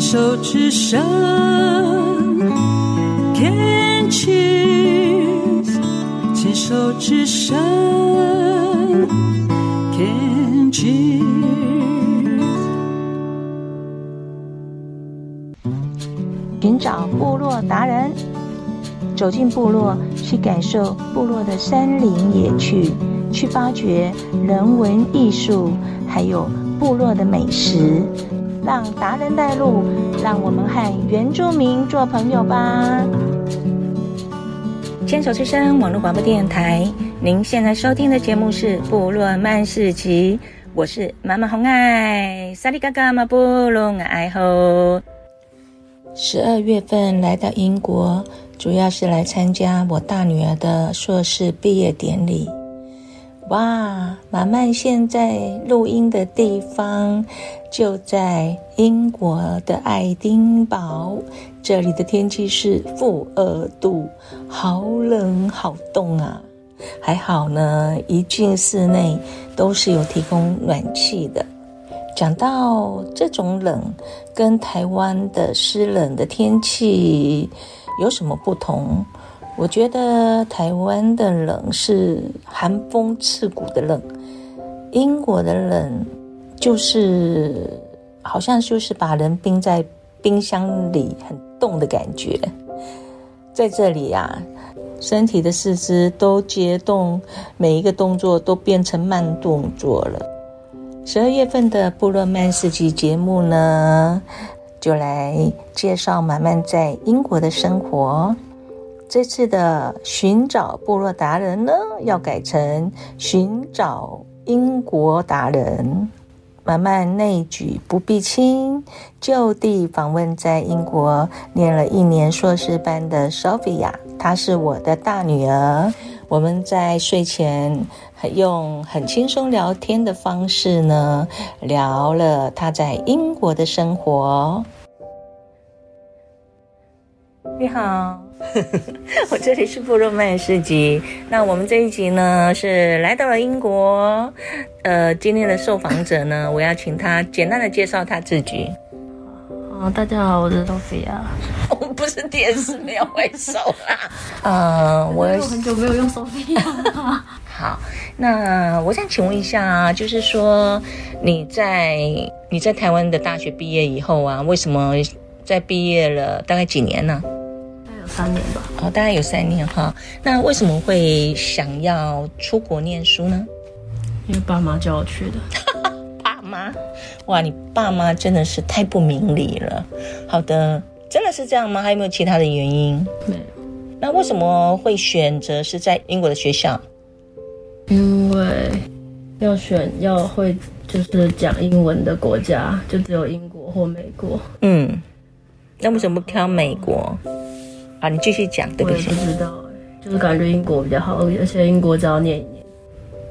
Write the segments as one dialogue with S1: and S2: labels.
S1: 手之声，Can cheers，牵手之声，Can cheers。
S2: 寻找部落达人，走进部落，去感受部落的山林野趣，去发掘人文艺术，还有部落的美食，让达人带路，让我们和原住民做朋友吧。牵手之声网络广播电台，您现在收听的节目是《部落漫市集》，我是妈妈红爱，萨利嘎嘎嘛布隆爱吼。十二月份来到英国，主要是来参加我大女儿的硕士毕业典礼。哇，马曼现在录音的地方就在英国的爱丁堡，这里的天气是负二度，好冷好冻啊！还好呢，一进室内都是有提供暖气的。讲到这种冷，跟台湾的湿冷的天气有什么不同？我觉得台湾的冷是寒风刺骨的冷，英国的冷就是好像就是把人冰在冰箱里很冻的感觉。在这里啊，身体的四肢都结冻，每一个动作都变成慢动作了。十二月份的部落曼市集节目呢，就来介绍满满在英国的生活。这次的寻找部落达人呢，要改成寻找英国达人。满满内举不避亲，就地访问在英国念了一年硕士班的 Sophia，她是我的大女儿。我们在睡前很用很轻松聊天的方式呢，聊了她在英国的生活。你好， 我这里是部落曼市集。那我们这一集呢是来到了英国，呃，今天的受访者呢，我要请他简单的介绍他自己。
S3: 哦，大家好，我是 Sophia。
S2: 我们不是电视，没有回收啦。 呃，我
S3: 因为我很久没有用 Sophia，
S2: 好，那我想请问一下啊，就是说你在你在台湾的大学毕业以后啊，为什么在毕业了大概几年呢、
S3: 大概有三年吧。
S2: 哦，大概有三年哈。那为什么会想要出国念书呢？
S3: 因为爸妈叫我去的，
S2: 爸妈，哇，你爸妈真的是太不明理了。好的，真的是这样吗？还有没有其他的原因？
S3: 没有，
S2: 那为什么会选择是在英国的学校？
S3: 因为要选要会就是讲英文的国家，就只有英国或美国。
S2: 嗯，那为什么不挑美国？啊，你继续讲，对
S3: 我
S2: 不
S3: 也
S2: 起
S3: 不。知道、哎，就是感觉英国比较好，而且英国只要念一年，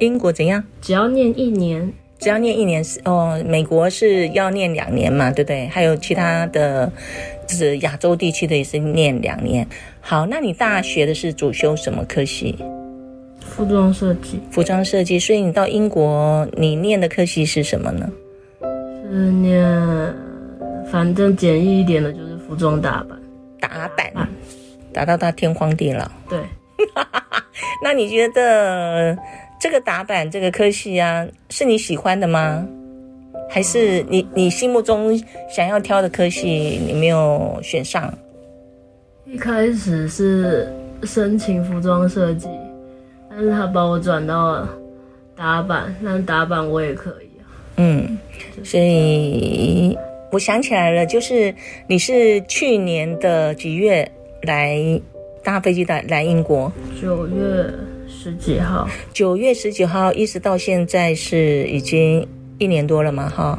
S2: 英国怎样？
S3: 只要念一年，
S2: 只要念一年是哦，美国是要念两年嘛，对不对？还有其他的，就是亚洲地区的也是念两年。好，那你大学的是主修什么科系？
S3: 服装设计
S2: 服装设计。所以你到英国，你念的科系是什么呢？
S3: 是念，反正简易一点的就是服装打扮。
S2: 打板
S3: 打板，
S2: 打到他天荒地老。
S3: 对，
S2: 那你觉得这个打板这个科系啊，是你喜欢的吗？还是你你心目中想要挑的科系你没有选上？
S3: 一开始是申请服装设计，但是他把我转到了打板，但是打板我也可以啊。
S2: 嗯，所以我想起来了，就是你是去年的几月来搭飞机来来英国？
S3: 九月十几号，
S2: 九月十九号一直到现在是已经一年多了嘛，哈。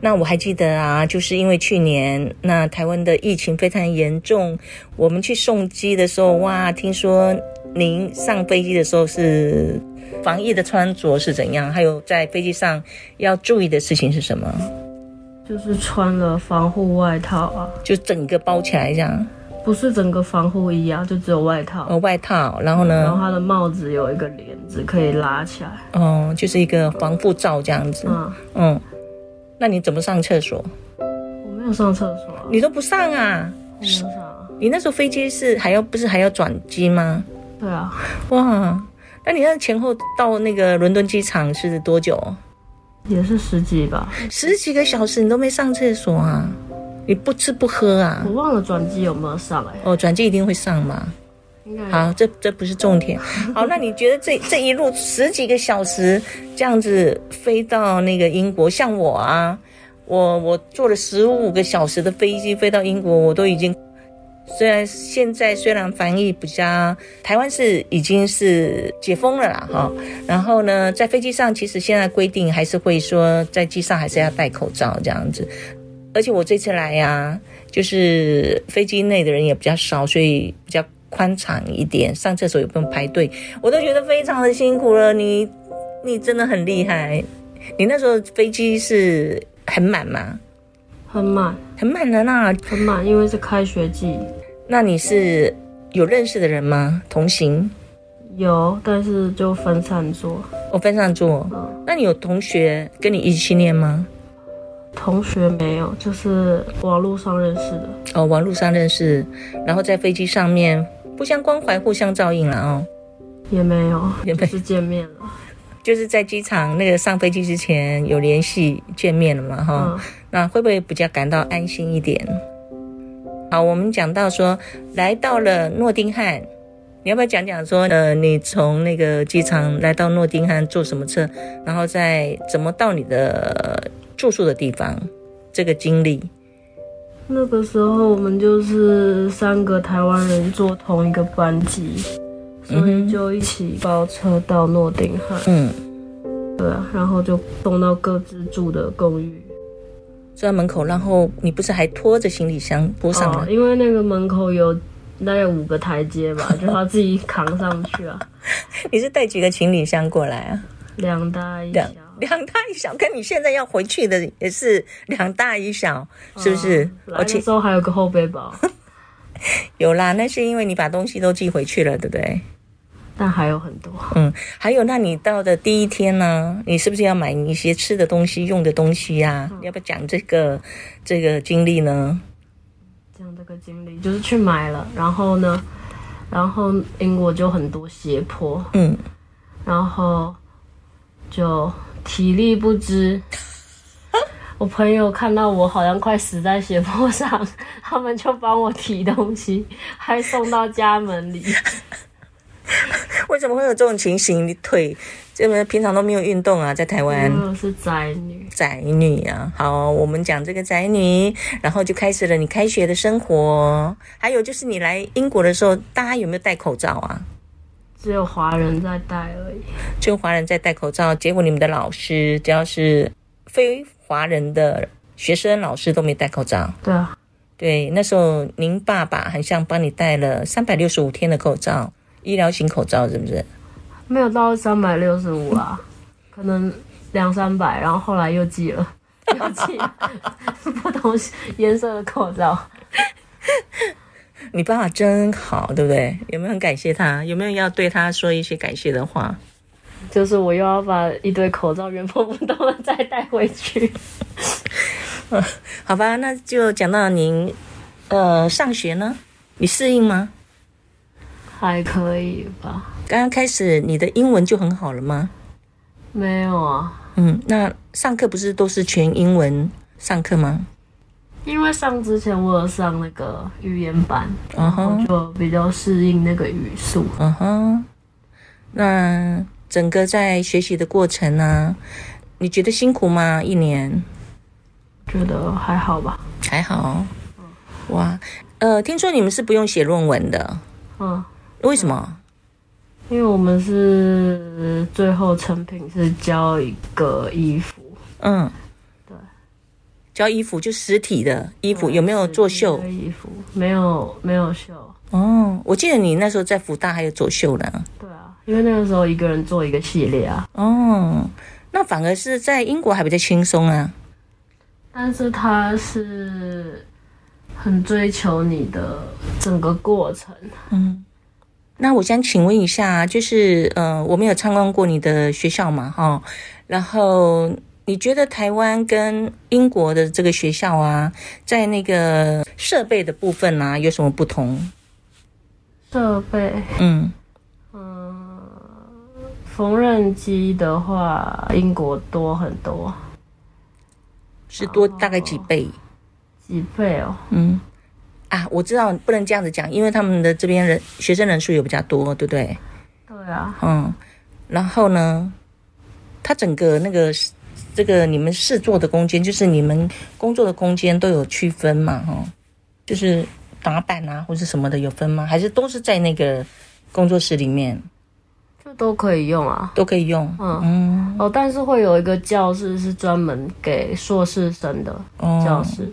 S2: 那我还记得啊，就是因为去年那台湾的疫情非常严重，我们去送机的时候，哇，听说您上飞机的时候是防疫的穿着是怎样？还有在飞机上要注意的事情是什么？
S3: 就是穿了防护外套啊，
S2: 就整个包起来这样，
S3: 不是整个防护衣啊，就只有外
S2: 呃，
S3: 套。
S2: 外套，然后
S3: 然
S2: 呢，
S3: 后他的帽子有一个帘子可以拉起来，
S2: 哦，就是一个防护罩这样子，
S3: 嗯，
S2: 嗯，那你怎么上厕所？
S3: 我没有没有上厕所啊，
S2: 你都不上啊？
S3: 我没有上啊。
S2: 你那时候飞机是还要不是还要转机吗？
S3: 对啊，
S2: 哇，那你那前后到那个伦敦机场是多久？
S3: 也是十几吧，
S2: 十几个小时你都没上厕所啊？你不吃不喝啊
S3: 我？忘了转机有没有上哎、
S2: 哦，转机一定会上嘛？
S3: 应该有
S2: 好，这这不是重点。好，那你觉得这这一路十几个小时这样子飞到那个英国，像我啊，我我坐了十五个小时的飞机飞到英国，我都已经。虽然现在虽然防疫比较，台湾是已经是解封了啦哈，然后呢，在飞机上其实现在规定还是会说在机上还是要戴口罩这样子，而且我这次来啊呀、就是飞机内的人也比较少，所以比较宽敞一点，上厕所也不用排队，我都觉得非常的辛苦了。你你真的很厉害，你那时候飞机是很满吗？
S3: 很满
S2: 很满的那，
S3: 很满，因为是开学季，
S2: 那你是有认识的人吗？同行？
S3: 有，但是就分散坐。
S2: 我哦分上坐。
S3: 嗯，
S2: 那你有同学跟你一起念吗？
S3: 同学没有，就是网络上认识的。
S2: 哦，网络上认识，然后在飞机上面互相关怀、互相照应了哦。
S3: 也没有，
S2: 也没
S3: 就是见面了。
S2: 就是在机场那个上飞机之前有联系见面了嘛哈、
S3: 嗯，
S2: 那会不会比较感到安心一点？好，我们讲到说来到了诺丁汉，你要不要讲讲说呃，你从那个机场来到诺丁汉坐什么车，然后再怎么到你的呃住宿的地方，这个经历？
S3: 那个时候我们就是三个台湾人坐同一个班机，
S2: 嗯
S3: 所以
S2: 哼
S3: 就一起包车到诺丁汉，
S2: 嗯，
S3: 对啊，然后就送到各自住的公寓。
S2: 坐在门口，然后你不是还拖着行李箱播上
S3: 哦
S2: 来？，
S3: 因为那个门口有大概五个台阶吧，就他自己扛上去啊，
S2: 你是带几个行李箱过来啊？
S3: 两大一小
S2: 两。 两大一小，跟你现在要回去的也是两大一小，是不是？
S3: 嗯
S2: 而
S3: 来
S2: 且
S3: 的时候还有个后 背包，
S2: 有啦，那是因为你把东西都寄回去了，对不对？
S3: 但还有很多。
S2: 嗯，还有，那你到的第一天呢，你是不是要买一些吃的东西、用的东西呀、你要不要讲这个这个经历呢？
S3: 这样这个经历就是去买了，然后呢，然后英国就很多斜坡，
S2: 嗯，
S3: 然后就体力不支。我朋友看到我好像快死在斜坡上，他们就帮我提东西，还送到家门里。
S2: 为什么会有这种情形？你腿这么平常都没有运动啊，在台湾。
S3: 因为我是宅女，
S2: 宅女啊，好，我们讲这个宅女，然后就开始了你开学的生活。还有就是你来英国的时候，大家有没有戴口罩啊？
S3: 只有华人在戴而已。
S2: 只有华人在戴口罩，结果你们的老师只要是非华人的学生老师都没戴口罩。
S3: 对啊，
S2: 对，那时候您爸爸很像帮你戴了三百六十五天的口罩，医疗型口罩是不是？
S3: 没有到三百六十五啦，可能两三百，然后后来又寄了， 又寄了不同颜色的口罩。
S2: 你爸爸真好，对不对？有没有很感谢他？有没有要对他说一些感谢的话？
S3: 就是我又要把一堆口罩原封不动的再带回去。
S2: 好吧，那就讲到您，呃，上学呢，你适应吗？
S3: 还可以吧？
S2: 刚刚开始你的英文就很好了吗？
S3: 没有啊，
S2: 嗯，那上课不是都是全英文上课吗？
S3: 因为上之前我有上那个语言班，
S2: 嗯
S3: 我
S2: 哼，
S3: 就比较适应那个语速。
S2: 嗯哼，那整个在学习的过程呢，你觉得辛苦吗？一年
S3: 觉得还好吧。
S2: 还好，哇，呃，听说你们是不用写论文的，
S3: 嗯，
S2: 为什么？
S3: 因为我们是最后成品是交一个衣服，
S2: 嗯，
S3: 对，
S2: 教衣服就实体的衣服有没有作秀
S3: 一个？衣服没有没有绣。
S2: 哦，我记得你那时候在福大还有走秀呢。
S3: 对啊，因为那个时候一个人做一个系列啊，
S2: 哦，那反而是在英国还比较轻松啊。
S3: 但是他是很追求你的整个过程。
S2: 嗯那我想请问一下，就是呃，我没有参观过你的学校嘛，哈、然后你觉得台湾跟英国的这个学校啊，在那个设备的部分啊，有什么不同？
S3: 设备，
S2: 嗯，
S3: 嗯，缝纫机的话，英国多很多，
S2: 是多大概几倍？
S3: 几倍哦。
S2: 嗯，啊，我知道不能这样子讲，因为他们的这边人学生人数也比较多，对不对？
S3: 对啊，
S2: 嗯，然后呢，它整个那个这个你们试做的空间，就是你们工作的空间都有区分嘛，哈、就是打板啊或是什么的有分吗？还是都是在那个工作室里面
S3: 就都可以用啊。
S2: 都可以用？
S3: 嗯，
S2: 嗯，
S3: 哦，但是会有一个教室是专门给硕士生的教
S2: 哦，
S3: 室，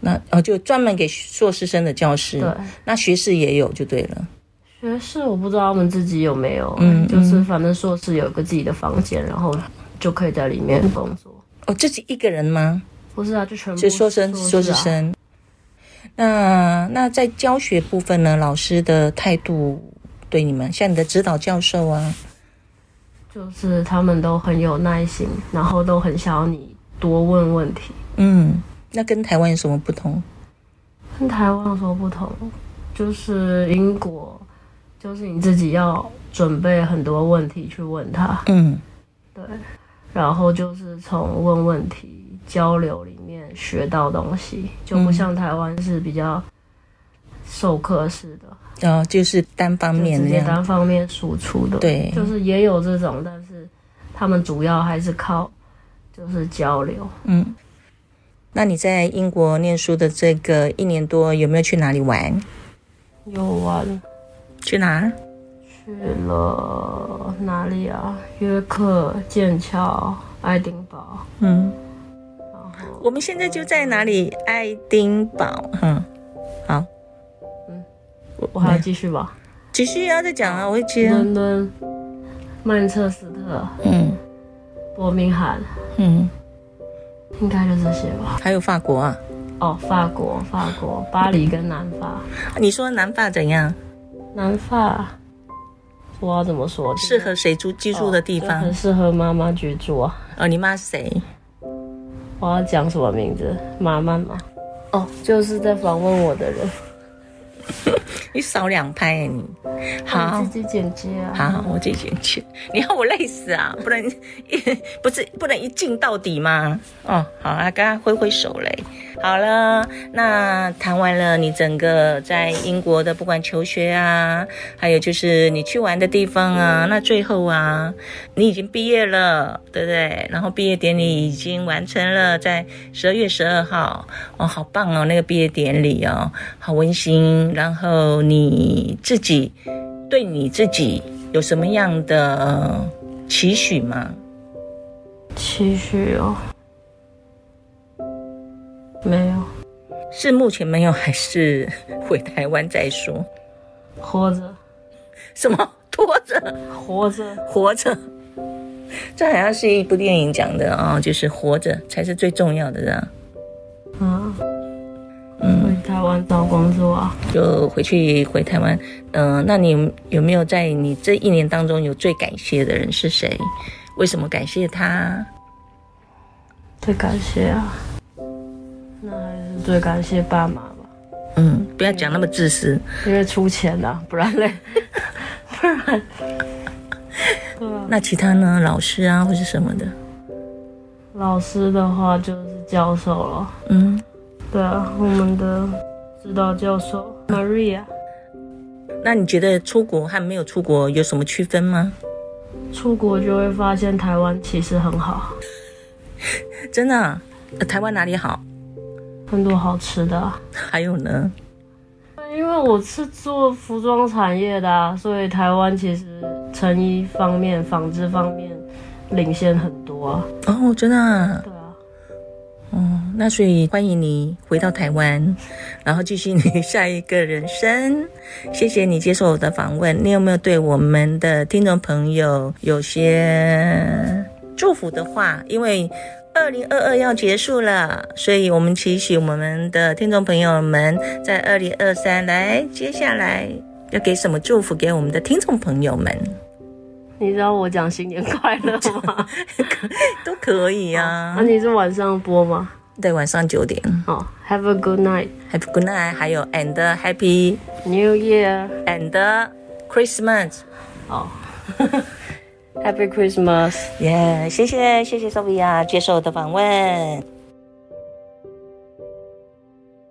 S2: 那哦就专门给硕士生的教室，
S3: 对。
S2: 那学士也有就对了。
S3: 学士我不知道他们自己有没有，
S2: 嗯
S3: 就是反正硕士有一个自己的房间，然后就可以在里面工作。
S2: 哦，自己一个人吗？
S3: 不是啊，就全部
S2: 就说生说
S3: 士
S2: 是
S3: 啊
S2: 生。那那在教学部分呢，老师的态度对你们，像你的指导教授啊，
S3: 就是他们都很有耐心，然后都很想要你多问问题。
S2: 嗯，那跟台湾有什么不同？
S3: 跟台湾有什么不同？就是英国，就是你自己要准备很多问题去问他，
S2: 嗯
S3: 对，然后就是从问问题交流里面学到东西，就不
S2: 嗯
S3: 像台湾是比较授课式的，
S2: 呃，就是单方
S3: 就
S2: 面
S3: 直
S2: 那
S3: 接
S2: 样，
S3: 单方面输出的。
S2: 对
S3: 就是也有这种，但是他们主要还是靠就是交流。
S2: 嗯。那你在英国念书的这个一年多，有没有去哪里玩？
S3: 又玩
S2: 去哪儿？
S3: 去了哪里啊？约克、剑桥、爱丁堡，
S2: 嗯，
S3: 然后
S2: 我们现在就在哪里？爱丁堡。嗯，好，
S3: 嗯，
S2: 我
S3: 我还要继续吧。
S2: 继续要再讲啊，我会接啊。
S3: 伦敦、曼彻斯特、
S2: 嗯
S3: 伯明翰，
S2: 嗯，
S3: 应该就这些吧。
S2: 还有法国啊。
S3: 哦，法国，法国，巴黎跟南法，
S2: 你说南法怎样？
S3: 南法，我要怎么说？就是
S2: 适合谁住居住的地
S3: 哦
S2: 方
S3: 就？很适合妈妈居住啊。
S2: 哦，你骂谁？
S3: 我要讲什么名字？妈妈吗？哦，就是在访问我的人，
S2: 你少两拍欸你。
S3: 你
S2: 好
S3: 自己剪接啊。
S2: 好，我自己进去。你要我累死啊？不能一不是不能一进到底吗？哦，好啊，跟他挥挥手嘞。好了，那谈完了你整个在英国的不管求学啊，还有就是你去玩的地方啊，那最后啊，你已经毕业了，对不对？然后毕业典礼已经完成了，在十二月十二号哦，好棒哦，那个毕业典礼哦，好温馨。然后你自己对你自己有什么样的、呃期许吗？
S3: 期许哦，没有，
S2: 是目前没有，还是回台湾再说？
S3: 活着，
S2: 什么拖着？
S3: 活着，
S2: 活着。这好像是一部电影讲的啊、就是活着才是最重要的啊。
S3: 嗯，回台湾找工作啊，
S2: 就回去回台湾，嗯、那你有没有在你这一年当中有最感谢的人是谁？为什么感谢他？
S3: 最感谢啊，那还是最感谢爸妈吧，
S2: 嗯，不要讲那么自私。
S3: 因为出钱呐、不然嘞，不然，对啊，
S2: 那其他呢？老师啊，或是什么的？
S3: 老师的话就是教授了，
S2: 嗯，
S3: 对啊，我们的指导教授 Maria。
S2: 那你觉得出国和没有出国有什么区分吗？
S3: 出国就会发现台湾其实很好，
S2: 真的啊、呃台湾哪里好？
S3: 很多好吃的啊、
S2: 还有呢？
S3: 因为我是做服装产业的、啊，所以台湾其实成衣方面、纺织方面领先很多、啊。
S2: 哦，真的、啊。
S3: 对啊，
S2: 哦，那所以欢迎你回到台湾，然后继续你下一个人生。 谢谢你接受我的访问。你有没有对我们的听众朋友有些祝福的话？因为二零二二要结束了，所以我们期许我们的听众朋友们在二零二三来接下来要给什么祝福给我们的听众朋友们？
S3: 你知道我讲新年快乐吗？
S2: 都可以啊
S3: 啊，。你是晚上播吗？
S2: 对，晚上九点
S3: 哦，Have a good night,
S2: ，Have a good night，还有 and happy
S3: New Year，
S2: and Christmas。
S3: 哦，Happy Oh. Christmas。
S2: 耶、谢谢谢谢 Sophia 接受我的访问。